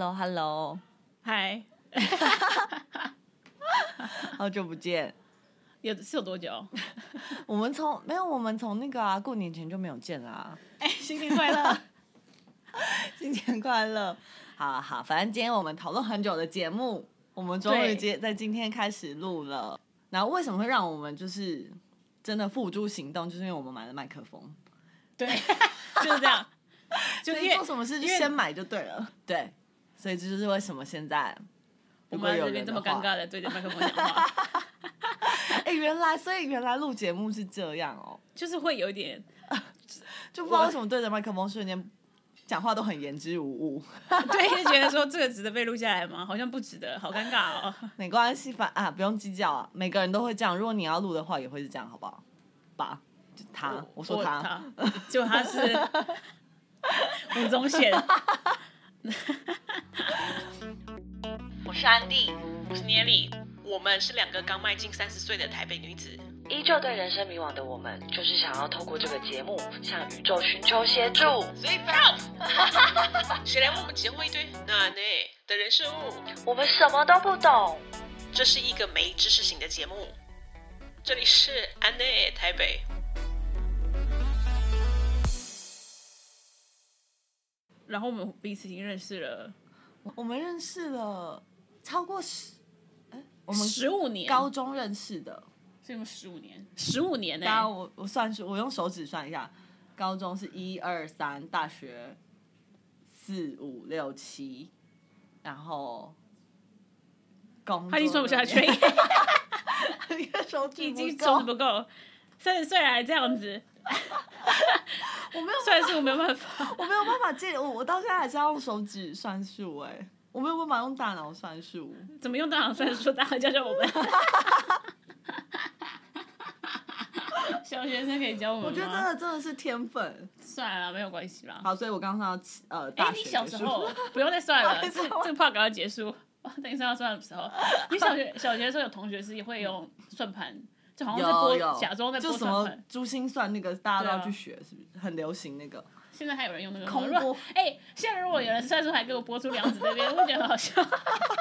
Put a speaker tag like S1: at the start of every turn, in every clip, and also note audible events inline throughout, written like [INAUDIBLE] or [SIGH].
S1: Hello，Hello，
S2: 嗨，
S1: [LAUGHS] 好久不见。
S2: 有是有多久？
S1: 我们从没有，我们从那个啊过年前就没有见啦、啊。
S2: 哎、新年快乐！
S1: 新年快乐！好啊好，反正今天我们讨论很久的节目，我们终于
S2: 对
S1: 接在今天开始录了。然后为什么会让我们就是真的付诸行动，就是因为我们买了麦克风，
S2: [LAUGHS] 对，就是这
S1: [LAUGHS]
S2: 样，就
S1: 所
S2: 因
S1: 以
S2: 为
S1: 做什么事就
S2: 因为
S1: 先买就对了。对，所以这就是为什么现在
S2: 我
S1: 如果
S2: 们在
S1: 有
S2: 这边
S1: 人
S2: 这
S1: 的
S2: 么尴
S1: 话，
S2: 尬的对着麦克风讲话，
S1: 哎、原来所以原来录节目是这样哦、
S2: 就是会有一点 [LAUGHS]
S1: 就不知道为什么对着麦克风瞬间讲话都很言之无物。
S2: 对，就觉得说这个值得被录下来吗？好像不值得，好尴尬哦。
S1: 没关系，反啊不用计较啊，每个人都会这样。如果你要录的话，也会是这样，好不好？爸，就他，我说他，
S2: 他，
S1: [LAUGHS]
S2: 就他是吴宗宪，我是安迪，我是捏力，我们是两个刚迈进三十岁的台北女子。
S3: 依旧对人生迷惘的我们，就是想要透过这个节目向宇宙寻求协助。
S2: 所以
S1: [LAUGHS]
S2: proud，谁来为我们节目一堆奶奶的人事物？
S3: 我们什么都不懂，
S2: 这是一个没知识型的节目。这里是安内台北，然后我们彼此已经认识了
S1: 我们认识了超过十，哎我们
S2: 十五年，
S1: 高中认识的。
S2: 所以我们十五年，十五年呢、
S1: 当然，我我算数，我用手指算一下，高中是一二三，大学四五六七，然后工作
S2: 他已经算不下去， [LAUGHS]
S1: 了，因为手指
S2: 已经
S1: 不
S2: 手
S1: 够
S2: 指不够，三十岁还这样子，
S1: 我没有
S2: 算是我没有办
S1: [LAUGHS]
S2: 法。
S1: 我没有办法借，我我到现在还是要用手指算数哎、我没有办法用大脑算数。
S2: 怎么用大脑算数？大家教教我
S1: [LAUGHS]
S2: 们。小学生可以教我们吗？
S1: 我觉得真的真的是天分。
S2: 算了啦，没有关系啦。
S1: 好，所以我刚刚说到呃，
S2: 哎、
S1: 大
S2: 你
S1: 学
S2: 小
S1: 结
S2: 时
S1: 束
S2: 候不用再算了，
S1: 再
S2: 这
S1: 算
S2: 这个 part 赶快结束。哇等一下要算的时候，你
S1: [LAUGHS]
S2: 小学小学的时候有同学是会用算盘，就好
S1: [LAUGHS]
S2: 像在
S1: 有
S2: 拨
S1: 有
S2: 假装在
S1: 就
S2: 拨
S1: 什
S2: 算
S1: 么
S2: 盘。
S1: 珠心算那个，大家都要
S2: 对啊
S1: 去学，是不是很流行那个？
S2: 现在还有人用那个吗
S1: 空
S2: 如果
S1: 拨
S2: 哎、现在如果有人算出来给我拨出两指那边，我会觉得很好笑。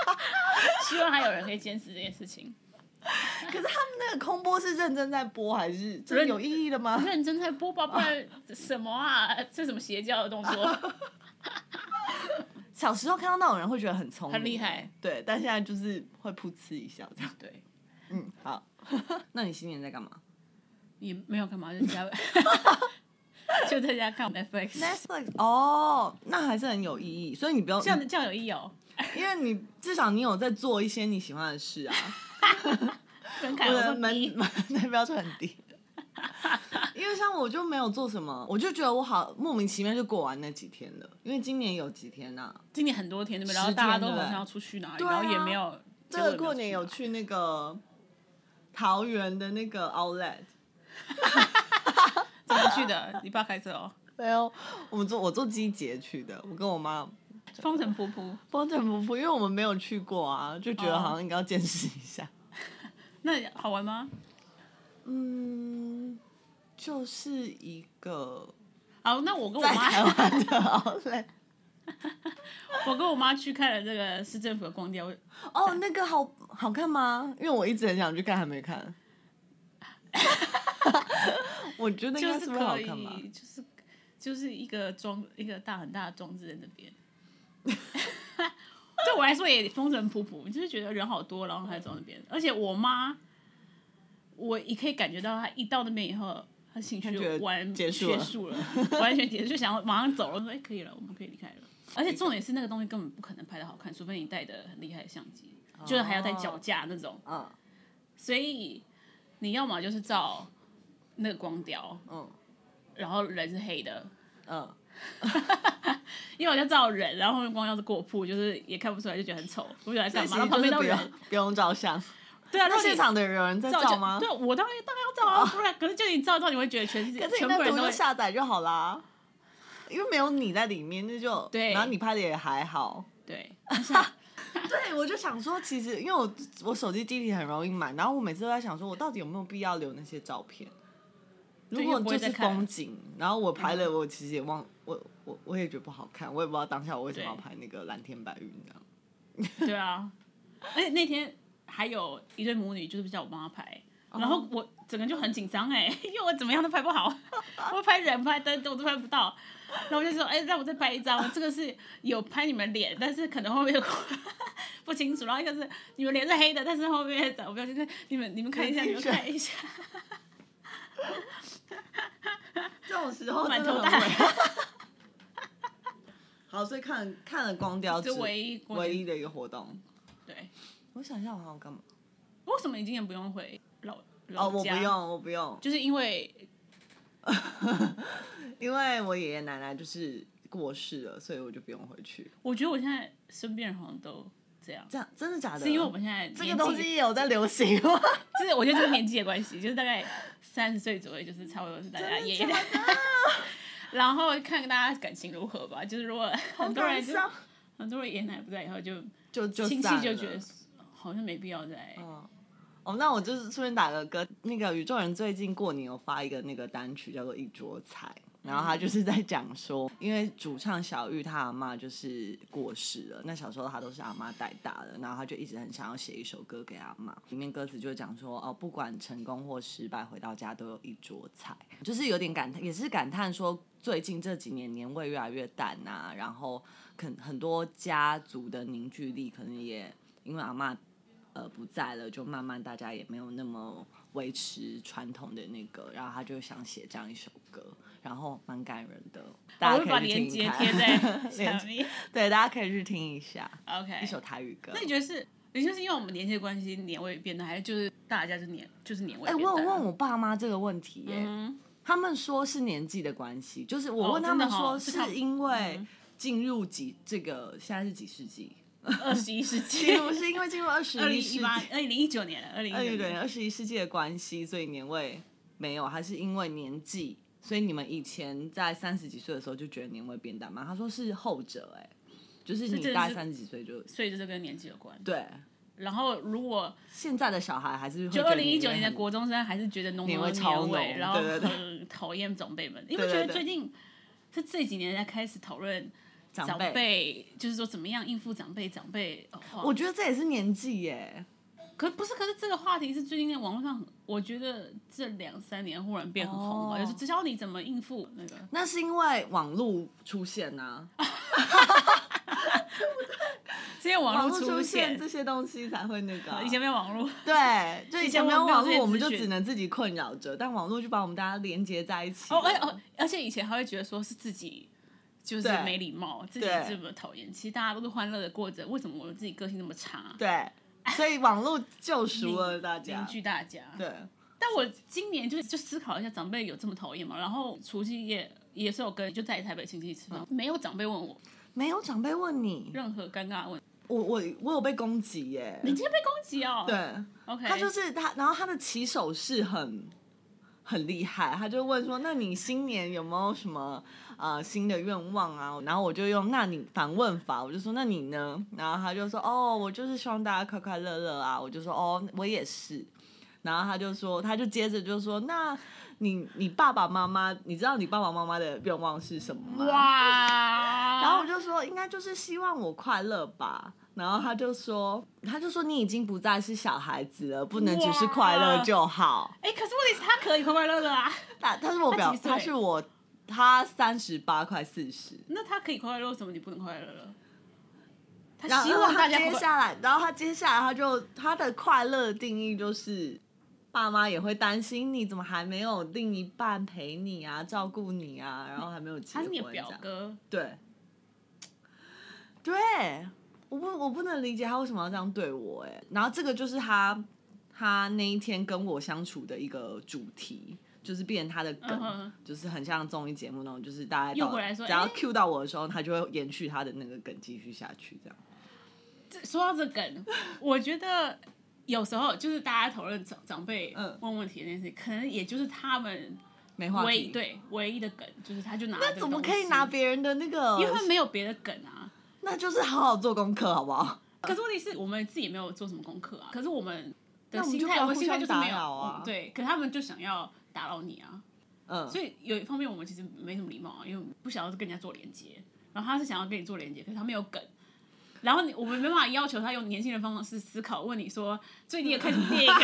S2: [LAUGHS] 希望还有人可以坚持这件事情，
S1: 可是他们那个空波是认真在播还是这是有意义的吗？
S2: 认真在播吧，不然什么啊？这什么邪教的动作？
S1: [LAUGHS] 小时候看到那种人会觉得很聪明，
S2: 很厉害，
S1: 对，但现在就是会噗嗤一笑这 [LAUGHS] 样。
S2: 对，
S1: 嗯，好， [LAUGHS] 那你新年在干嘛
S2: 也没有干嘛，就在家， [LAUGHS] 就在家看 Netflix。
S1: ？Netflix 哦，那还是很有意义，所以你不用
S2: 这样这样有意义哦，
S1: 因为你至少你有在做一些你喜欢的事 [LAUGHS] 啊，
S2: 门
S1: 我
S2: 槛
S1: 的
S2: 有
S1: 门
S2: 门低。
S1: [LAUGHS] 门那标准很 [LAUGHS] 低。因为像我就没有做什么，我就觉得我好莫名其妙就过完那几天了。因为今年有几天啊呐、
S2: 今年很多天对不对？然后
S1: 十天
S2: 大家都
S1: 对不
S2: 好
S1: 对
S2: 像要出去哪里，
S1: 对啊
S2: 然后也没有。
S1: 这个过
S2: 过
S1: 年有去那个桃园的那个 Outlet，
S2: 怎么去的？你爸开车哦，
S1: 没有， [LAUGHS] 我们坐我坐机捷去的，我跟我妈
S2: 风尘仆仆。
S1: 风尘仆仆，因为我们没有去过啊，就觉得
S2: 哦
S1: 好像应该要见识一下。
S2: 那好玩吗？
S1: 嗯，就是一个
S2: 好，那我跟我
S1: 在台
S2: 妈，
S1: 湾的 Outlet。
S2: 我跟我妈去看了这个市政府的光雕，
S1: 哦，那个好好看吗？因为我一直很想去看，还没看。 [LAUGHS] 我觉得应
S2: 就
S1: 该
S2: 是
S1: 是会好
S2: 可
S1: 看吧。
S2: 以，就是就是一个装一个大很大的装置在那边。 [LAUGHS] 对我来说也风尘仆仆，就是觉得人好多，然后还走那边，而且我妈，我也可以感觉到她一到那边以后，她兴
S1: 她觉
S2: 趣
S1: 得
S2: 完
S1: 结束了
S2: 结束了，完全结束，就想要马上走了，说哎、可以了，我们可以离开了。而且重点是那个东西根本不可能拍的好看，除非你带的很厉害的相机，
S1: 哦
S2: 就是还要带脚架那种。
S1: 嗯
S2: 所以你要么就是照那个光雕，
S1: 嗯
S2: 然后人是黑的，
S1: 嗯，
S2: 因为我就照人，然后后面光雕是过曝，就是也看不出来，就觉得很丑。我就来干嘛？
S1: 所
S2: 然
S1: 以
S2: 后旁
S1: 其实
S2: 边
S1: 就
S2: 都
S1: 是
S2: 有
S1: 不
S2: 人
S1: 用，不用照相。
S2: 对啊，
S1: 那现
S2: 如
S1: 场的人有人在
S2: 果你
S1: 照吗？
S2: 对，我当然当然要照啊，不然可是就你照照，你会觉得全世界
S1: 可是
S2: 全
S1: 你
S2: 部
S1: 那
S2: 人
S1: 图
S2: 都
S1: 就
S2: 会
S1: 下载就好啦，因为没有你在里面，那就
S2: 对
S1: 然后你拍的也还好。 [LAUGHS]
S2: 对，
S1: 对，我就想说，其实因为我我手机机体很容易满，然后我每次都在想说，我到底有没有必要留那些照片？如
S2: 对
S1: 果
S2: 又不
S1: 就
S2: 会
S1: 是
S2: 再看
S1: 嗯风景，然后我拍了，我其实也忘，我我我也觉得不好看，我也不知道当下我为什么要
S2: 对
S1: 拍那个蓝天白云这样。
S2: [LAUGHS] 对啊，而且那天还有一对母女，就是叫我帮她拍，然
S1: 哦
S2: 后我整个就很紧张哎， [LAUGHS] 因为我怎么样都拍不好， [LAUGHS] 我拍人拍灯我都拍不到，然后我就说哎、让我再拍一张，这个是有拍你们脸，但是可能后面有 [LAUGHS] 不清楚，然后一个是你们脸是黑的，但是后面找不到，就是你们你们看一下，你们看一下，
S1: 这种时候
S2: 满
S1: 哦真的
S2: 头
S1: 很
S2: 大
S1: 会。
S2: 汗，
S1: 好，所以看看了光雕是
S2: 就唯一光
S1: 唯一的一个活动。
S2: 对，
S1: 我想一下，我还要干嘛？
S2: 为什么你今年不用回老
S1: 哦，
S2: 老
S1: 我不
S2: 家？
S1: 用，我不用，
S2: 就是因为
S1: 因为我爷爷奶奶就是过世了，所以我就不用回去。
S2: 我觉得我现在身边人好像都这样。
S1: 这样真的假的？
S2: 是因为我们现在
S1: 这个
S2: 年纪
S1: 东西也有在流行
S2: [LAUGHS]
S1: 吗？
S2: 就是我觉得这是年纪的关系，就是大概三十岁左右，就是差不多是大家爷爷。 [LAUGHS] 然后看大家感情如何吧，就是如果很多
S1: [LAUGHS]
S2: 人就
S1: 好感伤
S2: 很多人爷爷奶奶不在以后，就
S1: 就就
S2: 亲戚
S1: 散
S2: 就
S1: 了
S2: 觉得好像没必要再。
S1: 嗯，哦，那我就是顺便打个歌，那个宇宙人最近过年有发一个那个单曲叫做《一桌菜》，然后他就是在讲说，因为主唱小玉她阿妈就是过世了，那小时候她都是阿妈带大的，然后她就一直很想要写一首歌给阿妈，里面歌词就讲说，哦，不管成功或失败，回到家都有一桌菜，就是有点感叹，也是感叹说最近这几年年味越来越淡啊，然后肯很多家族的凝聚力可能也因为阿妈呃不在了，就慢慢大家也没有那么维持传统的那个，然后他就想写这样一首歌，然后蛮感人的，大
S2: 我
S1: 家
S2: 哦会把
S1: 可以去
S2: 链
S1: 听听
S2: 接
S1: 看。
S2: 贴
S1: [LAUGHS]
S2: 在
S1: 连
S2: 下面。
S1: 对，大家可以去听一下
S2: OK，
S1: 一首台语歌。
S2: 那你觉得是？也就是因为我们年纪的关系，年味变淡，还是就是大家就年就是年味
S1: 哎、
S2: 变
S1: 我
S2: 淡
S1: 有
S2: 啊？
S1: 问我爸妈这个问题耶、
S2: 嗯，
S1: 他们说是年纪的关系，就是我
S2: 哦
S1: 问他们
S2: 真的哦
S1: 说
S2: 是他们
S1: 是因为
S2: 嗯
S1: 进入几这个现在是几世
S2: [LAUGHS]
S1: 纪？
S2: 二十一世纪
S1: 进，入是因为进入二十
S2: 二零
S1: 一世
S2: 一
S1: 纪
S2: 八，二零一九年了，二零一
S1: 对
S2: 九
S1: 对，
S2: 年
S1: 二十一世纪的关系，所以年味没有，还是因为年纪。所以你们以前在三十几岁的时候就觉得年味变淡吗？他说是后者、哎，就是你
S2: 真的
S1: 大概
S2: 是
S1: 三十几岁就
S2: 所以就是跟年纪有关。
S1: 对。
S2: 然后如果
S1: 现在的小孩还是会
S2: 就
S1: 觉
S2: 二
S1: 得
S2: 零一九
S1: 味
S2: 年的
S1: 很
S2: 国中生还是觉得浓浓的
S1: 年味超
S2: 年味，
S1: 浓
S2: 然后
S1: 对对对
S2: 很讨厌长辈们，因为
S1: 对对
S2: 觉
S1: 对
S2: 得最近是这几年才开始讨论
S1: 长
S2: 长
S1: 辈，
S2: 辈，就是说怎么样应付长辈，长辈哦
S1: 我觉得这也是年纪哎耶、
S2: 可不是，可是这个话题是最近在网络上很，我觉得这两三年忽然变很红
S1: 哦
S2: 吧，就是只教你怎么应付那个。
S1: 那是因为网络出现啊呐、
S2: 是因为网
S1: 网络
S2: 络 [LAUGHS] 出
S1: 出
S2: 现，
S1: 这些东西才会那个啊、
S2: 以前没有网络，
S1: 对，就以前没有
S2: 没有
S1: 网
S2: 这些
S1: 络，我们
S2: 资
S1: 就
S2: 讯
S1: 只能自己困扰着，但网络就把我们大家连接在一起
S2: 哦，
S1: 了。
S2: 而哦，而且以前还会觉得说是自己就是
S1: 对
S2: 没礼貌，自己
S1: 对
S2: 这么讨厌。其实大家都是欢乐的过着，为什么我自己个性那么差？
S1: 对，所以网络救赎了大
S2: 凝
S1: 家。
S2: 聚大家。
S1: 对，
S2: 但我今年就就思考一下，长辈有这么讨厌吗？然后除夕夜也是有跟就在台北亲戚吃
S1: 嗯
S2: 饭，没有长辈问我
S1: 没有长辈问你，
S2: 任何尴尬的问，
S1: 我我我有被攻击耶。
S2: 你今天被攻击哦。
S1: 对，
S2: ，OK，
S1: 他就是他，然后他的起手式很很厉害，他就问说：“那你新年有没有什么呃新的愿望啊？”然后我就用那你反问法，我就说：“那你呢？”然后他就说：“哦，我就是希望大家快快乐乐啊。”我就说：“哦，我也是。”然后他就说，他就接着就说：“那你你爸爸妈妈，你知道你爸爸妈妈的愿望是什么吗？”
S2: 哇，
S1: [LAUGHS] 然后我就说，应该就是希望我快乐吧。然后他就说，他就说你已经不再是小孩子了，不能只是快乐就好。
S2: 哎，可是问题是他可以快快乐乐啊，
S1: 他他是我表
S2: 他，几岁
S1: 他是我，他三十八快四十。
S2: 那他可以快快乐乐，为什么你不能快快乐乐？他
S1: 然后
S2: 希望大家
S1: 然后他接
S2: 快快
S1: 下来，然后他接下来他就他的快乐的定义就是，爸妈也会担心你怎么还没有另一半陪你啊，照顾你啊，然后还没有结
S2: 他
S1: 婚
S2: 是
S1: 这
S2: 你
S1: 样。
S2: 的表哥，
S1: 对，对，我不我不能理解他为什么要这样对我哎、然后这个就是他他那一天跟我相处的一个主题，就是变成他的梗
S2: 嗯哼
S1: 就是很像综艺节目那种，就是大家
S2: 又回来说
S1: 只要
S2: 哎
S1: Q 到我的时候，他就会延续他的那个梗继续下去这样。
S2: 这说到这梗，我觉得有时候就是大家讨论长长辈
S1: 嗯
S2: 问问题的那件事，可能也就是他们
S1: 没话
S2: 唯
S1: 题，，
S2: 对唯一的梗，就是他就拿那
S1: 那怎么可以拿？别人的那个？
S2: 因为他没有别的梗啊。
S1: 那就是好好做功课好不好？
S2: 可是问题是我们自己也没有做什么功课啊。可是我们
S1: 那我
S2: 的
S1: 们
S2: 心
S1: 就不
S2: 态，
S1: 要
S2: 我们
S1: 互
S2: 心态
S1: 相
S2: 就是没
S1: 打
S2: 有、
S1: 扰啊
S2: 嗯对。可他们就想要打扰你啊，
S1: 嗯，
S2: 所以有一方面我们其实没什么礼貌啊，因为我们不想要跟人家做连接。然后他是想要跟你做连接，可是他没有梗。然后你我们没办法要求他用年轻人方式思考，问你说最近也看什么电影啊？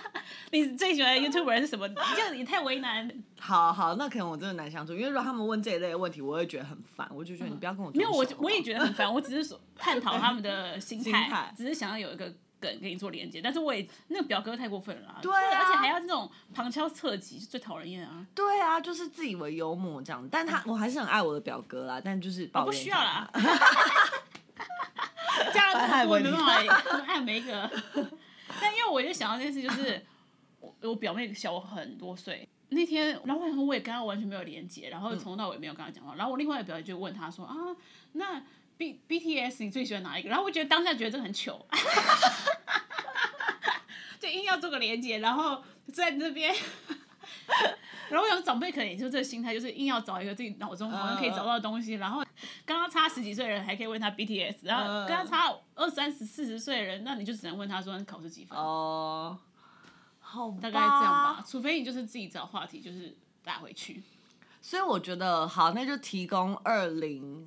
S2: [LAUGHS] 你最喜欢的 YouTuber 是什么？这样也太为难。
S1: 好好，那可能我真的难相处，因为如果他们问这一类的问题，我会觉得很烦，我就觉得你不要跟我
S2: 没有，我我也
S1: 得
S2: 觉得很烦。我只是 [LAUGHS] 说探讨他们 [LAUGHS] 的心态，
S1: 心态
S2: 只是想要有一个梗跟你做连接。但是我也那个表哥太过分了、啊，对
S1: 啊
S2: 而且还要这种旁敲侧击，就最讨人厌啊！
S1: 对啊，就是自以为幽默这样，但他我还是很爱我的表哥啦，但就是抱
S2: 嗯哦不
S1: 怨
S2: 需
S1: 一
S2: 要啊
S1: 下
S2: 啦， [LAUGHS] 家人多没办法爱每一个。 [LAUGHS] 但因为我就想到这件事，就是我我表妹小我很多岁。那天，然后我想说我也跟她完全没有连接，然后从头到尾没有跟她讲话。然后我另外一个表姐就问她说：“啊，那 B B T S 你最喜欢哪一个？”然后我觉得当下觉得这个很糗， [LAUGHS] 就硬要做个连接，然后在这边。 [LAUGHS] 然后我想长辈可能也就这个心态，就是硬要找一个自己脑中好像可以找到的东西，然后刚刚差十几岁的人还可以问他 BTS，然后
S1: 呃
S2: 跟他差二三十、四十岁的人，那你就只能问他说你考试几分，
S1: 哦，好，
S2: 大概这样吧。。除非你就是自己找话题，就是打回去。
S1: 所以我觉得好，那就提供二零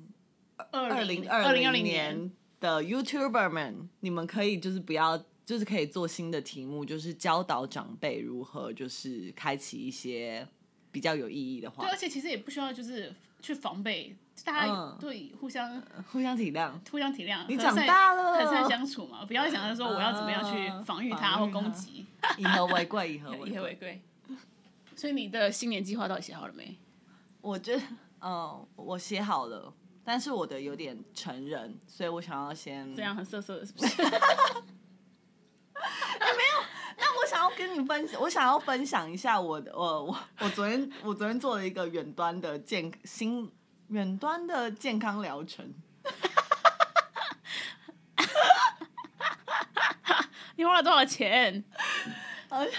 S2: 二
S1: 二零
S2: 二
S1: 二
S2: 零二
S1: 零
S2: 零年，
S1: 年的 YouTuber 们，你们可以就是不要，就是可以做新的题目，就是教导长辈如何就是开启一些比较有意义的话
S2: 对，而，且其实也不需要就是去防备，大家
S1: 嗯
S2: 对互相、
S1: 互相体谅。
S2: 互相体谅，你
S1: 长大了
S2: 和善相处嘛，不要想着说我要怎么样
S1: [LAUGHS]
S2: 去
S1: 嗯
S2: 防御他或
S1: 防御他
S2: 攻击，
S1: 以和为贵，以和
S2: 以
S1: 为
S2: 和
S1: 贵。
S2: 为贵。所以你的新年计划到底写好了没？
S1: 我觉得，嗯，我写好了，但是我的有点成人，所以我想要先
S2: 这样很色色的，是不是？ [LAUGHS]
S1: 那我想要跟你分享，我想要分享一下我的，我我我昨天我昨天做了一个远端的健新远端的健康疗程。
S2: 你花了多少钱？
S1: 好像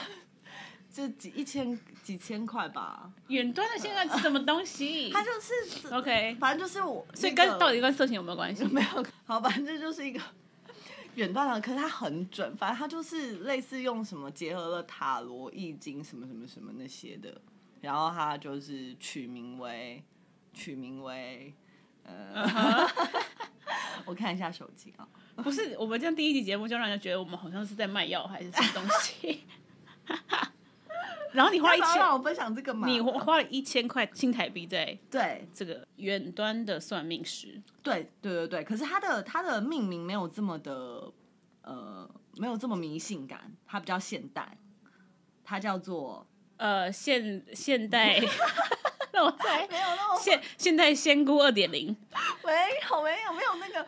S1: 就几一千几千块吧。
S2: 远端的现在是什么东西？
S1: [LAUGHS] 他就是，
S2: [LAUGHS] OK，
S1: 反正就是我，
S2: 所以
S1: 那
S2: 跟
S1: 个
S2: 到底跟色情有没有关系？
S1: [LAUGHS] 没有好，反正就是一个 [LAUGHS] 远端的，可是它很准，反正它就是类似用什么结合了塔罗、易经什么什么什么那些的，然后它就是取名为取名为呃 [LAUGHS] 我看一下手机啊，
S2: [LAUGHS] 不是，我们这样第一集节目就让人家觉得我们好像是在卖药还是什么东西。 [LAUGHS] 然后你花一
S1: 要不要让
S2: 千，
S1: 我分享这个嘛，
S2: 你花了一千块新台币在
S1: 对
S2: 这个远端的算命师，
S1: 对对对对，可是它的它的命名没有这么的呃，没有这么迷信感，它比较现代，它叫做
S2: 呃，现现代， [LAUGHS] 那我再
S1: 没有那
S2: 现现代仙姑二点零，
S1: 没有没有没有那个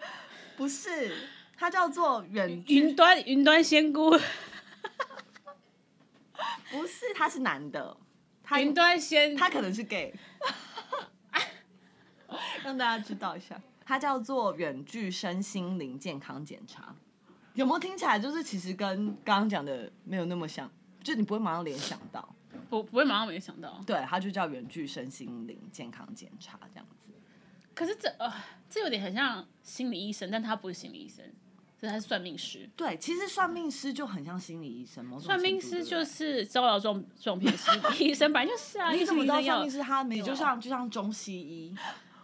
S1: 不是，它叫做远
S2: 云端云端仙姑，
S1: 不是，他是男的，他
S2: 云端仙，
S1: 他可能是 gay，让大家知道一下，它叫做远距身心灵健康检查，有没有听起来就是其实跟刚刚讲的没有那么像，就你不会马上联想到。
S2: 我不会马上没想到。
S1: 对，它就叫远距身心灵健康检查这样子。
S2: 可是这呃，这有点很像心理医生，但他不是心理医生，所以他是算命师。
S1: 对，其实算命师就很像心理医生，某种
S2: 算命
S1: 程度
S2: 师
S1: 对
S2: 就
S1: 不对
S2: 是招摇撞撞骗心 [LAUGHS] 理医生，本来就是啊，
S1: 你怎么知道算命
S2: 医生
S1: 师他没有？啊
S2: 有
S1: 就像就像中西医，
S2: 要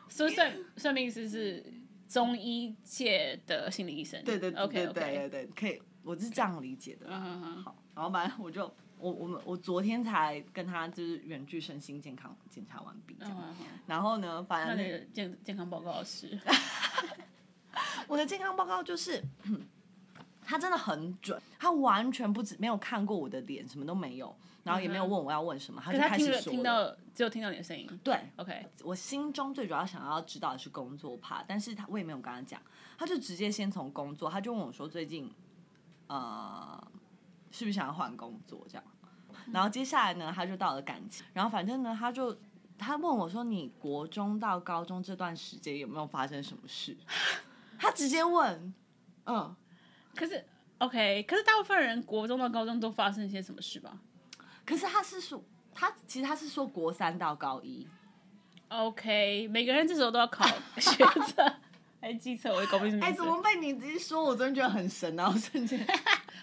S2: 所以算算命师是中医界的心理医生。
S1: 对对对
S2: ，OK
S1: 对
S2: OK，
S1: 对对对，可以，我是这样理解的。
S2: 嗯嗯嗯，
S1: 好，然后反正我就我我们我昨天才跟他就是远距身心健康检查完毕这样。
S2: 嗯嗯
S1: 然后呢，反
S2: 那
S1: 正
S2: 你的健健康报告是
S1: 我的健康报告就是，他真的很准，他完全不止没有看过我的脸，什么都没有，然后也没有
S2: 嗯哼
S1: 问我要问什么，他就
S2: 他
S1: 开
S2: 听
S1: 始
S2: 了
S1: 说了
S2: 听到只有听到你的声音。
S1: 对，
S2: OK，
S1: 我心中最主要想要知道的是工作趴，但是他我也没有跟他讲，他就直接先从工作，他就问我说最近，呃，是不是想要换工作这样，然后接下来呢，他就到了感情，然后反正呢，他就他问我说你国中到高中这段时间有没有发生什么事？ [LAUGHS] 他直接问，嗯，
S2: 可是 OK，可是大部分人国中到高中都发生一些什么事吧
S1: 可是他是说他其实他是说国三到高一，
S2: ？OK，每个人这时候都要考学测，还记测，我也搞不清
S1: [LAUGHS]
S2: 楚。
S1: 哎、怎么被你直接说？我真的觉得很神啊！我瞬间。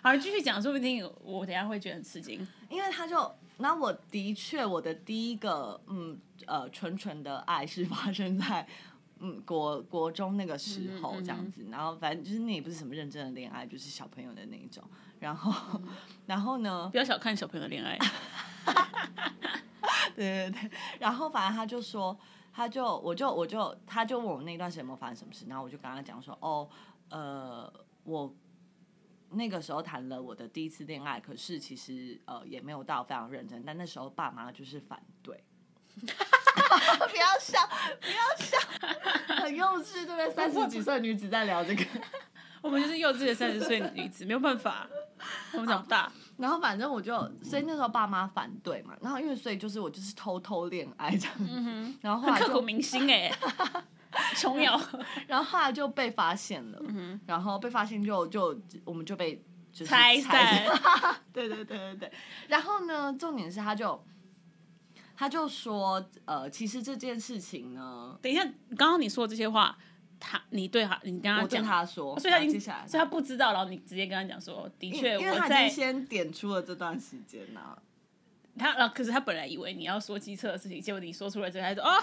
S2: 好，继续讲，说不定我等一下会觉得很吃惊。
S1: 因为他就那我的确，我的第一个嗯呃纯纯的爱是发生在嗯国国中那个时候
S2: 嗯哼
S1: 这样子，然后反正就是那也不是什么认真的恋爱，就是小朋友的那一种。然后，
S2: 嗯
S1: 然后呢
S2: 不？要小看小朋友的恋爱，
S1: 对对对。然后反正他就说，他就我就我就他就问我那段时间有没有发生什么事，然后我就跟他讲说，哦，呃，我那个时候谈了我的第一次恋爱，可是其实呃也没有到非常认真，但那时候爸妈就是反对。 [LAUGHS] 不要笑，不要笑，很幼稚，对不对？三十几岁的女子在聊这个。 [LAUGHS]
S2: 我们就是幼稚的三十岁女子，没有办
S1: [LAUGHS]
S2: 法，我们长不大，
S1: 然后反正我就，所以那时候爸妈反对嘛，然后因为所以就是我就是偷偷恋爱这样子，然后后
S2: 嗯很
S1: 来
S2: 刻骨
S1: 就，
S2: 铭心
S1: [LAUGHS]
S2: 哎、琼瑶，
S1: 然后后来就被发现了，
S2: 嗯
S1: 然后被发现就就我们就被就是
S2: 拆散，
S1: [LAUGHS] 对对对对对。然后呢，重点是他就他就说，呃，其实这件事情呢，
S2: 等一下，刚刚你说的这些话，他你对他，你跟他
S1: 我对
S2: 讲，哦
S1: 他说，
S2: 所以他
S1: 然
S2: 已
S1: 后
S2: 经，
S1: 接下来，
S2: 所以他不知道，然后你直接跟他讲说，的
S1: 因
S2: 确
S1: 为因为
S2: 我
S1: 他已经
S2: 在
S1: 先点出了这段时间呐、
S2: 他，然后可是他本来以为你要说机车的事情，结果你说出来之后，他就说哦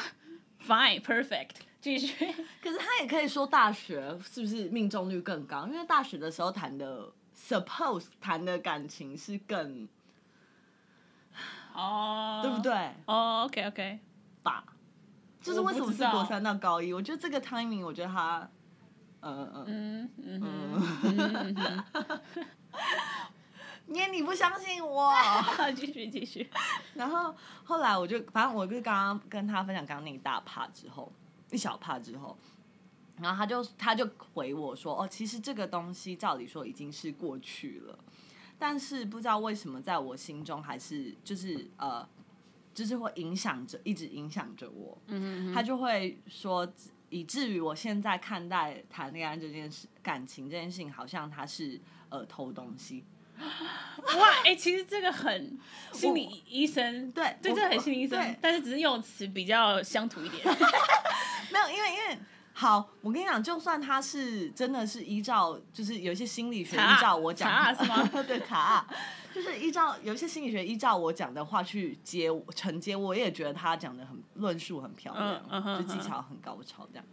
S2: ，fine perfect，继续，
S1: 可是他也可以说大学是不是命中率更高？因为大学的时候谈的，suppose 谈的感情是更，[LAUGHS]
S2: 哦，
S1: 对不？对？
S2: 哦，OK OK，
S1: 吧？就是为什么
S2: 我不
S1: 是
S2: 知道
S1: 国三到高一？我觉得这个 timing，我觉得他，呃呃，嗯
S2: 嗯嗯哼，
S1: 嗯， [LAUGHS] 因为你不相信
S2: [LAUGHS]
S1: 我。
S2: 好，继续继续，
S1: [LAUGHS] 然后后来我就，反正我就刚刚跟他分享刚刚那一大趴之后，一小趴之后，然后他就他就回我说，哦，其实这个东西照理说已经是过去了，但是不知道为什么在我心中还是就是呃，就是会影响着，一直影响着我。
S2: 嗯
S1: 他就会说，以至于我现在看待谈恋爱这件事、感情这件事情，好像他是呃偷东西。
S2: 哼，哇，哎、其实这个很心理医生，
S1: 对
S2: 对，
S1: 我
S2: 这个很心理医生
S1: 对，
S2: 但是只是用词比较乡土一
S1: [LAUGHS]
S2: 点，
S1: 没有，因为因为好，我跟你讲，就算他是真的是依照，就是有一些心理学
S2: 查
S1: 依照我讲
S2: 查是吗
S1: [LAUGHS] 对，卡啊，就是依照有一些心理学依照我讲的话去接承接，我也觉得他讲的很论述很漂亮，
S2: 嗯嗯哼
S1: 就技巧很高超这样。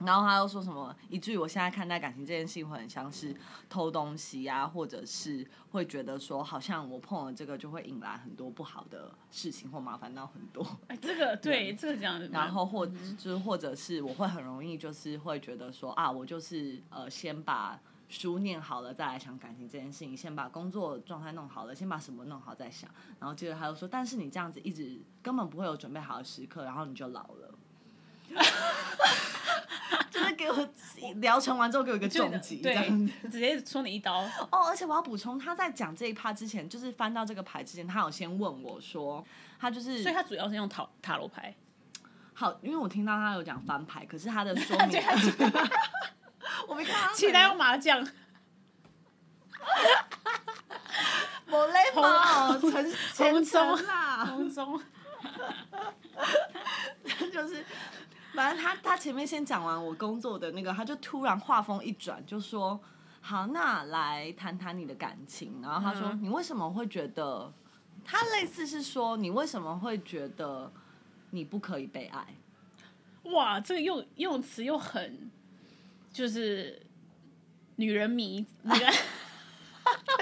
S1: 然后他又说什么，以至于我现在看待感情这件事情会很像是偷东西啊，或者是会觉得说，好像我碰了这个就会引来很多不好的事情或麻烦到很多。
S2: 哎这个对，这个这样子蛮，
S1: 然后或
S2: 嗯
S1: 就是或者是我会很容易就是会觉得说啊，我就是呃先把书念好了再来想感情这件事情，先把工作状态弄好了，先把什么弄好再想。然后接着他又说，但是你这样子一直根本不会有准备好的时刻，然后你就老了。 [LAUGHS] 就是给我疗程完之后给我一个
S2: 就
S1: 重击，这样子。
S2: 对，直接戳你一刀。
S1: 哦，而且我要补充，他在讲这一趴之前，就是翻到这个牌之前，他有先问我说，他就是
S2: 所以他主要是用塔塔罗牌，
S1: 好，因为我听到他有讲翻牌，可是他的说
S2: [LAUGHS] 对
S1: 明
S2: 他知，
S1: [LAUGHS] 我没看到他
S2: 期待用麻将，
S1: 我累爆
S2: 红
S1: 陈
S2: 红
S1: 前
S2: 中
S1: 程
S2: [LAUGHS]
S1: 啦，
S2: 空中
S1: 就是。反正他他前面先讲完我工作的那个，他就突然话锋一转，就说：“好，那来谈谈你的感情。”然后他说：“
S2: 嗯
S1: 你为什么会觉得？”他类似是说：“你为什么会觉得你不可以被爱？”
S2: 哇，这个用用词又很就是女人迷那个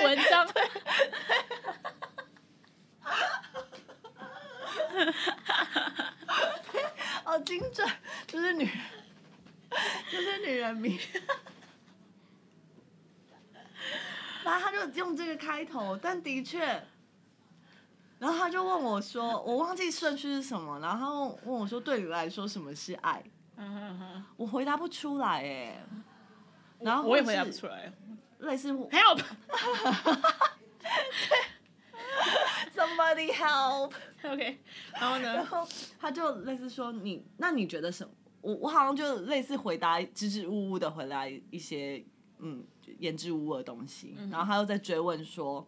S2: 文章，
S1: 哦，精准，就是女 [LAUGHS] 人，就是女人迷。然后他就用这个开头，但的确，然后他就问我说，我忘记顺序是什么，然后问我说，对你来说什么是爱？
S2: 嗯嗯嗯
S1: 我回答不出来哎、然后
S2: [LAUGHS] 我也回答不出来
S1: 类
S2: [LAUGHS]
S1: 似 [LAUGHS]
S2: ，help，
S1: somebody help，
S2: OK，然后
S1: 然
S2: 呢，
S1: 后他就类似说你，那你觉得什么？我我好像就类似回答支支吾吾的回答一些嗯言之无物的东西，
S2: 嗯
S1: 然后他又在追问说，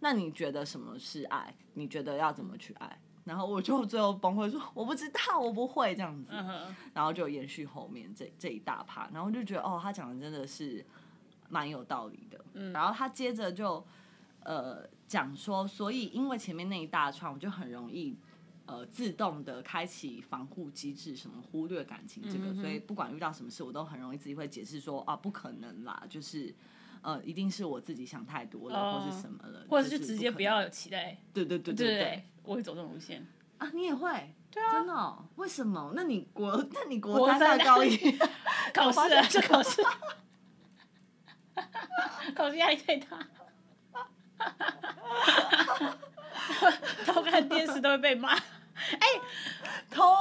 S1: 那你觉得什么是爱？你觉得要怎么去爱？然后我就最后崩溃说我不知道，我不会这样子。
S2: 嗯哼，
S1: 然后就延续后面这这一大趴，然后
S2: 嗯
S1: 就觉得哦，他讲的真的是蛮有道理的。然后他接着就呃讲说，所以因为前面那一大串，我就很容易呃自动的开启防护机制，什么忽略感情这个，
S2: 嗯哼哼
S1: 所以不管遇到什么事，我都很容易自己会解释说啊，不可能啦，就是。呃，一定是我自己想太多了，
S2: 哦
S1: 或是什么了，
S2: 或者
S1: 就是
S2: 就直接
S1: 不
S2: 不
S1: 可能
S2: 要有期待，
S1: 对对对对
S2: 对对对，我会走这种路线。
S1: 啊，你也会？对啊，真的哦、为什么？那你国，那你国
S2: 国
S1: 三
S2: 三
S1: 到高一，
S2: [LAUGHS] 考试啊，就
S1: [LAUGHS]
S2: 考试，考试压 [LAUGHS] 力
S1: [LAUGHS]
S2: 太大，偷看电视都会被骂。
S1: 偷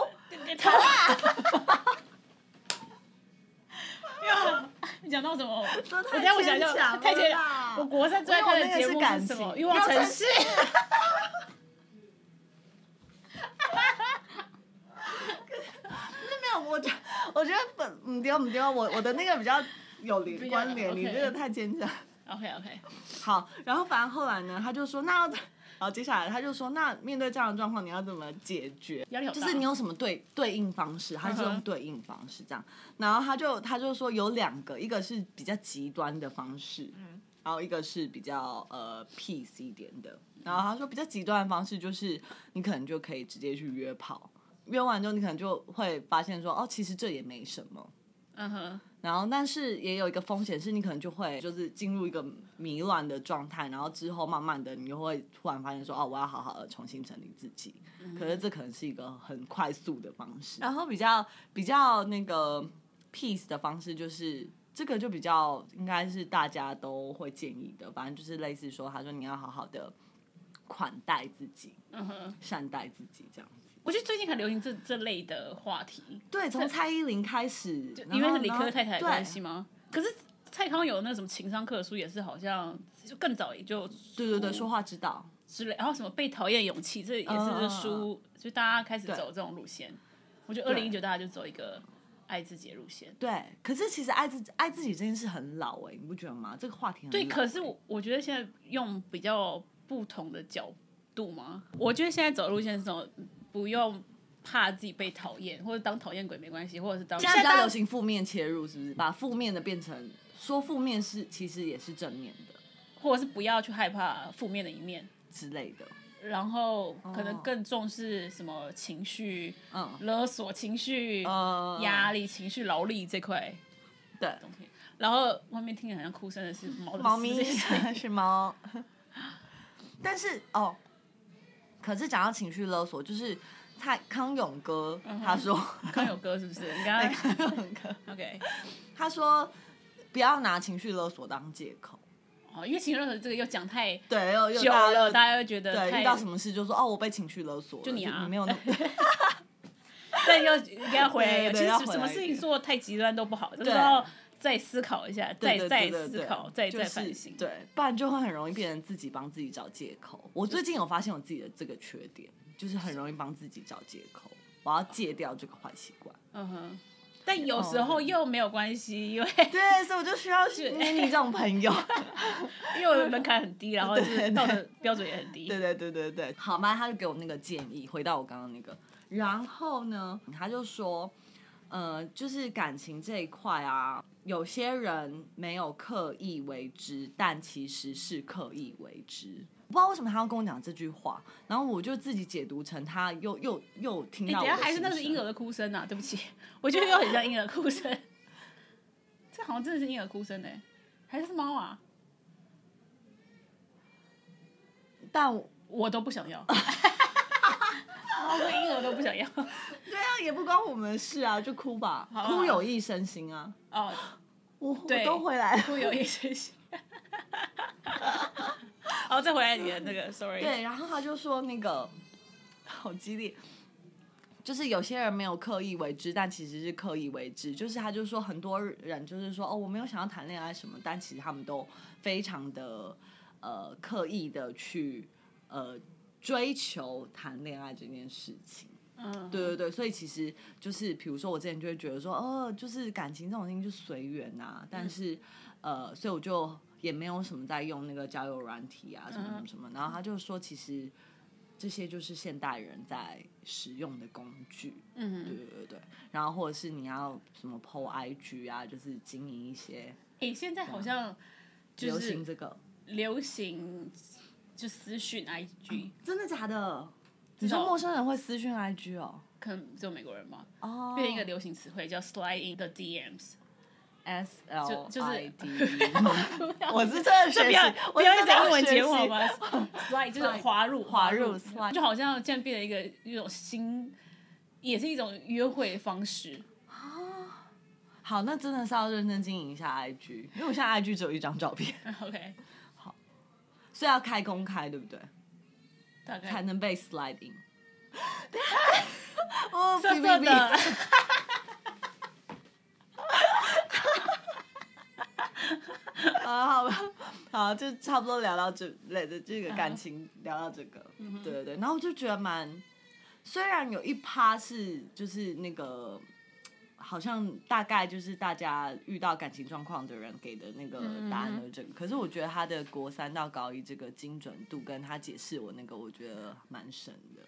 S2: 偷啊！呀，啊你讲到什么？
S1: 这
S2: 我
S1: 太
S2: 等下我想
S1: 牵强
S2: 想，
S1: 了
S2: 太牵
S1: 啦
S2: 强。我国 [LAUGHS] 三最爱看的节目是什
S1: 没有那个
S2: 么？
S1: 是
S2: 欲望城
S1: 感 [LAUGHS]
S2: 市
S1: 情。没有，我觉我觉得本嗯丢嗯丢，我我的那个比较有
S2: 比
S1: 连
S2: 较
S1: 关联，你
S2: OK
S1: 这个太牵强。
S2: OK OK，
S1: 好，然后反正后来呢，他就说那要，然后接下来他就说那面对这样的状况，你要怎么解决？
S2: 压力好大。
S1: 就是你有什么对对应方式，他是
S2: 嗯
S1: 用
S2: 哼
S1: 对应方式这样。然后他就他就说有两个，一个是比较极端的方式，
S2: 嗯
S1: 然后一个是比较呃 peace 一点的。然后他说比较极端的方式就是你可能就可以直接去约炮，约完之后你可能就会发现说哦，其实这也没什么。
S2: 嗯哼，
S1: 然后，但是也有一个风险是，你可能就会就是进入一个迷乱的状态，然后之后慢慢的，你就会突然发现说，哦，我要好好的重新整理自己。可是这可能是一个很快速的方式。嗯然后比较比较那个 peace 的方式，就是这个就比较应该是大家都会建议的，反正就是类似说，他说你要好好的款待自己，
S2: 嗯哼，
S1: 善待自己这样子。
S2: 我觉得最近很流行这这类的话题，
S1: 对，从蔡依林开始，
S2: 因为
S1: 然后
S2: 是理科太太的关。系
S1: 然后
S2: 吗？可是蔡康永那什么情商课的书也是好像就更早也就
S1: 对对对对，说话之道。
S2: 之类，然后什么被讨厌勇气，这也是这
S1: 嗯
S2: 书，就大家开始走这种路线。我觉得二零一九大家就走一个爱自己的路线。
S1: 对，可是其实爱自己爱自己这件事很老哎、你不觉得吗？这个话题很
S2: 对，
S1: 老
S2: 哎
S1: 欸
S2: 可是我我觉得现在用比较不同的角度嘛，我觉得现在走路线是走不用怕自己被讨厌，或者当讨厌鬼没关系，或者是当
S1: 现在比较
S2: 大
S1: 流行负面切入，是不是？把负面的变成说负面是其实也是正面的
S2: 或者是不要去害怕负面的一面，
S1: 之类的。
S2: 然后可能
S1: 哦
S2: 更重视什么情绪
S1: 嗯
S2: 勒索、情绪
S1: 呃，
S2: 压力、情绪劳力这块。
S1: 对，
S2: 东西。然后外面听着好像哭声的是猫的
S1: 猫咪
S2: [LAUGHS] 嘶声
S1: 是猫， [LAUGHS] 但是哦，可是讲到情绪勒索，就是蔡康永哥、
S2: 嗯
S1: 他说， [LAUGHS]
S2: 康有哥是不是？你刚刚
S1: 康永哥
S2: OK
S1: 他说不要拿情绪勒索当借口。
S2: 哦，因为情绪勒索这个又讲太
S1: 对，又又
S2: 久
S1: 大家
S2: 了，
S1: 又
S2: 大家会觉得
S1: 对
S2: 太
S1: 遇到什么事就说哦，我被情绪勒索了，
S2: 就你啊
S1: 你没有
S2: [LAUGHS]
S1: 那
S2: 但又应该回来一
S1: 对对
S2: 点。
S1: 对
S2: 其
S1: 要回
S2: 实
S1: 来
S2: 什么
S1: 一
S2: 事
S1: 点
S2: 情做太极端都不好，真的
S1: 对
S2: 要再思考一下，
S1: 对
S2: 再
S1: 对
S2: 再
S1: 对对
S2: 思
S1: 对
S2: 考，再
S1: 就
S2: 再
S1: 是
S2: 反省。
S1: 对，不然就会很容易变成自己帮自己找借口。我最近有发现我自己的这个缺点，就是很容易帮自己找借口。我要戒掉这个坏习惯。
S2: 嗯哼。但有时候又没有关系，因为
S1: 对，所以我就需要
S2: 是
S1: 妮妮这种朋友。
S2: [LAUGHS] 因为我的门槛很低，然后就
S1: 对对
S2: 是道德标准也很低
S1: 对。对对对对，好嘛，他就给我那个建议，回到我刚刚那个，然后呢，他就说，呃，就是感情这一块啊，有些人没有刻意为之，但其实是刻意为之。我不知道为什么他要跟我讲这句话，然后我就自己解读成他又又又听
S2: 哎，
S1: 到
S2: 等
S1: 我
S2: 一
S1: 的心声、
S2: 下还是那是婴儿的哭声啊！对不起，我觉得又很像婴儿哭声。这好像真的是婴儿哭声呢、还是猫啊？
S1: 但我
S2: 我都不想要， [LAUGHS] 猫跟婴儿都不想要。
S1: 对啊，也不关我们的事啊，就哭吧，
S2: 好啊
S1: 哭有益身心啊，
S2: 哦，
S1: 我
S2: 对
S1: 我都回来了。
S2: 哭有一
S1: [LAUGHS]
S2: 些些。好，再回来你的那个，sorry。
S1: 对，然后他就说那个 [LAUGHS] 好激烈，就是有些人没有刻意为之，但其实是刻意为之。就是他就说很多人就是说哦，我没有想要谈恋爱什么，但其实他们都非常的呃刻意的去呃追求谈恋爱这件事情。
S2: 嗯，
S1: 对对对，所以其实就是，比如说我之前就会觉得说，哦，就是感情这种事情就随缘呐，但
S2: 嗯
S1: 是、呃，所以我就也没有什么在用那个交友软体啊，什么什
S2: 嗯
S1: 么什么。然后他就说，其实这些就是现代人在使用的工具，对
S2: 嗯，
S1: 对对对。然后或者是你要什么 PO IG 啊，就是经营一些
S2: 诶、现在好像就
S1: 流行
S2: 是
S1: 这个，
S2: 流行就私讯 IG，
S1: 真的假的？你说
S2: 道
S1: 陌生人会私讯 IG 哦？
S2: 可能只有美国人吧，
S1: 哦，
S2: 变成一个流行词汇叫 slide in the DMs。
S1: S L
S2: 就就是
S1: I D，我 [LAUGHS] 是真的
S2: 这
S1: 学
S2: 不要
S1: 习，
S2: 不要
S1: 是
S2: 一
S1: 真
S2: 直
S1: 的
S2: 英文
S1: 学
S2: 节目
S1: 习
S2: 好吗？slide 就是滑入
S1: 滑入 slide
S2: 就好像现在变成一个一种新，也是一种约会的方式。
S1: 好，那真的是要认真经营一下 IG，因为我现在 IG 只有一张照片，
S2: OK，
S1: 所以要开公开，对不对？
S2: 大概
S1: 才能被 slide
S2: [LAUGHS]
S1: in。哦，
S2: 色色
S1: 哔哔
S2: 的 [LAUGHS]
S1: 哔。啊，好吧，好，就差不多聊到这类的这个
S2: 嗯
S1: 感情，聊到这个，对对对。然后我就觉得蛮，虽然有一趴是就是那个，好像大概就是大家遇到感情状况的人给的那个
S2: 嗯
S1: 答案的这个，可是我觉得他的国三到高一这个精准度跟他解释我那个，我觉得蛮深的。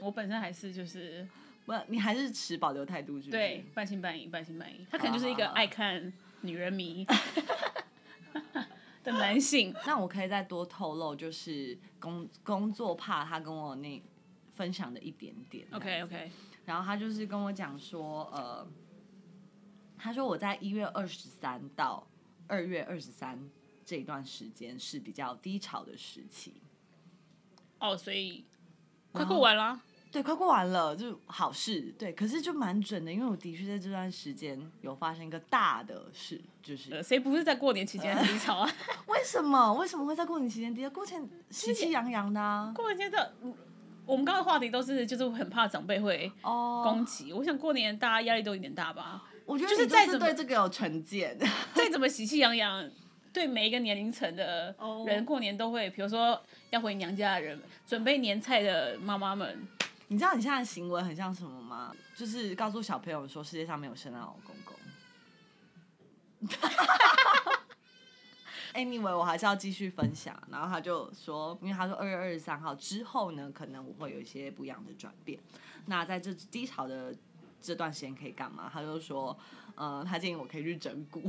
S2: 我本身还是就是
S1: 不，你还是持保留态度，是不是？
S2: 对半信半疑，半信半疑。他可能就是一个
S1: 好好好
S2: 爱看女人迷 [LAUGHS] 的男性。
S1: 那我可以再多透露，就是工工作怕他跟我那分享的一点点。啊
S2: OK OK，
S1: 然后他就是跟我讲说，呃，他说我在一月二十三到二月二十三这一段时间是比较低潮的时期，
S2: 哦，所以快过完了，
S1: 对，快过完了，就好事，对，可是就蛮准的，因为我的确在这段时间有发生一个大的事，就是
S2: 呃谁不是在过年期间很低潮啊？
S1: 为什么为什么会在过年期间低潮？过前喜气洋洋的啊，
S2: [LAUGHS] 过年的我们刚刚的话题都是就是很怕长辈会
S1: 哦，
S2: 攻击。我想过年大家压力都有点大吧， [LAUGHS]
S1: 我觉得
S2: 就是
S1: 你
S2: 再
S1: 是
S2: 怎么
S1: 对这个有成见，
S2: 再怎么喜气洋洋，对每一个年龄层的
S1: 哦
S2: 人过年都会，比如说要回娘家的人，准备年菜的妈妈们，
S1: 你知道你现在的行为很像什么吗？就是告诉小朋友说世界上没有圣诞老公公。Anyway，我还是要继续分享。然后他就说，因为他说二月二十三号之后呢，可能我会有一些不一样的转变。那在这低潮的这段时间可以干嘛？他就说，呃，他建议我可以去整蛊。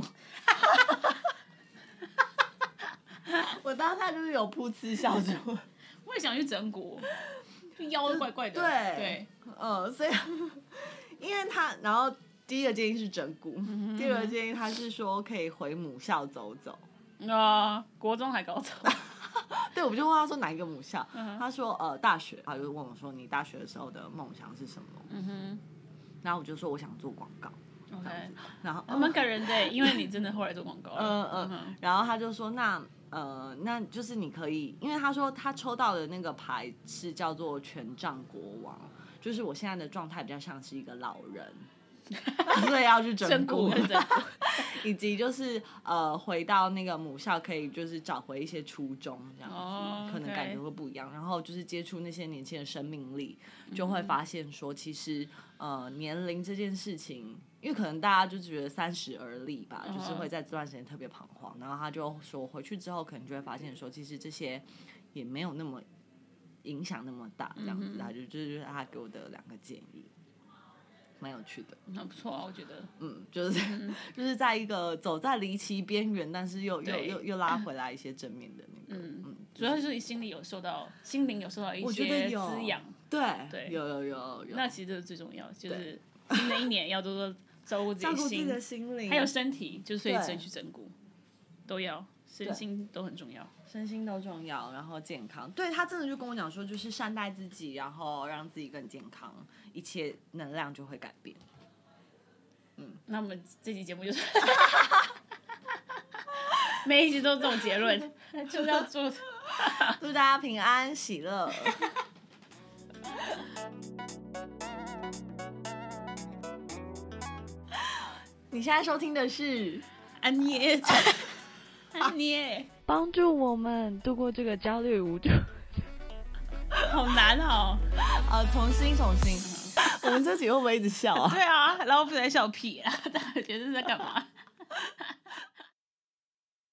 S1: 我当下就是有噗嗤笑出来。
S2: 我也想去整 [LAUGHS] 蛊，就腰都怪怪的。
S1: 对
S2: 对，
S1: 呃，所以因为他，然后第一个建议是整蛊，第二个建议他是说可以回母校走走。
S2: [LAUGHS] 啊、国中还高中，
S1: 对，我就问他说哪一个母校，他说呃大学，他就问我说你大学的时候的梦想是什么，
S2: 嗯
S1: 然后我就说我想做广告，
S2: 哼，OK， [LAUGHS]
S1: 然后
S2: 还蛮感人的，因为你真的后来做广告
S1: 嗯嗯
S2: 了，
S1: 嗯
S2: 哼，
S1: 然后他就说那呃那就是你可以，因为他说他抽到的那个牌是叫做权杖国王，就是我现在的状态比较像是一个老人。所以要去整
S2: 整
S1: 蛊
S2: 蛊，跟
S1: [LAUGHS]
S2: 整蛊，
S1: 以及就是呃，回到那个母校，可以就是找回一些初衷，这样子、
S2: 哦
S1: 可能
S2: OK
S1: 感觉会不一样。然后就是接触那些年轻的生命力，就会发现说，其实呃，年龄这件事情，因为可能大家就觉得三十而立吧，
S2: 嗯
S1: 就是会在这段时间特别彷徨。然后他就说，回去之后可能就会发现说，其实这些呃也没有那么影响那么大，这样子。他就就是他给我的两个建议，蛮有趣的。
S2: 很不错啊，我觉得。
S1: 嗯，就是、 [LAUGHS] 就是在一个走在离奇边缘，但是又又
S2: 对
S1: 又又拉回来一些正面的那个，
S2: 嗯
S1: 嗯，
S2: 主要是你心里有受到，心灵有受到一
S1: 我觉得
S2: 些
S1: 有
S2: 滋养，
S1: 对
S2: 对
S1: 有有有有，
S2: 那其实这是最重要，就是新的一年要多多照顾自己
S1: 照
S2: 的
S1: 顾自己
S2: 心，
S1: 的心灵，
S2: 还有身体，就是所以
S1: 对
S2: 先去整骨都要，身心都很重要。
S1: 身心都重要，然后健康。对他真的就跟我讲说，就是善待自己，然后让自己更健康，一切能量就会改变。
S2: 那我们这期节目就是 [LAUGHS] 每一集都是这种结
S1: [LAUGHS]
S2: 论， [LAUGHS] 就是要做。啊
S1: 祝大家平安喜乐。
S2: [LAUGHS]
S1: 你现在收听的是。
S2: 安捏， [LAUGHS] 安捏，
S4: 帮助我们度过这个焦虑无助。
S2: 好难哦。
S1: 啊，重新 [LAUGHS] 重新，我们这集会不会一直笑啊？
S2: [LAUGHS] 对啊，然后不然笑屁啊，大家觉得是在干嘛？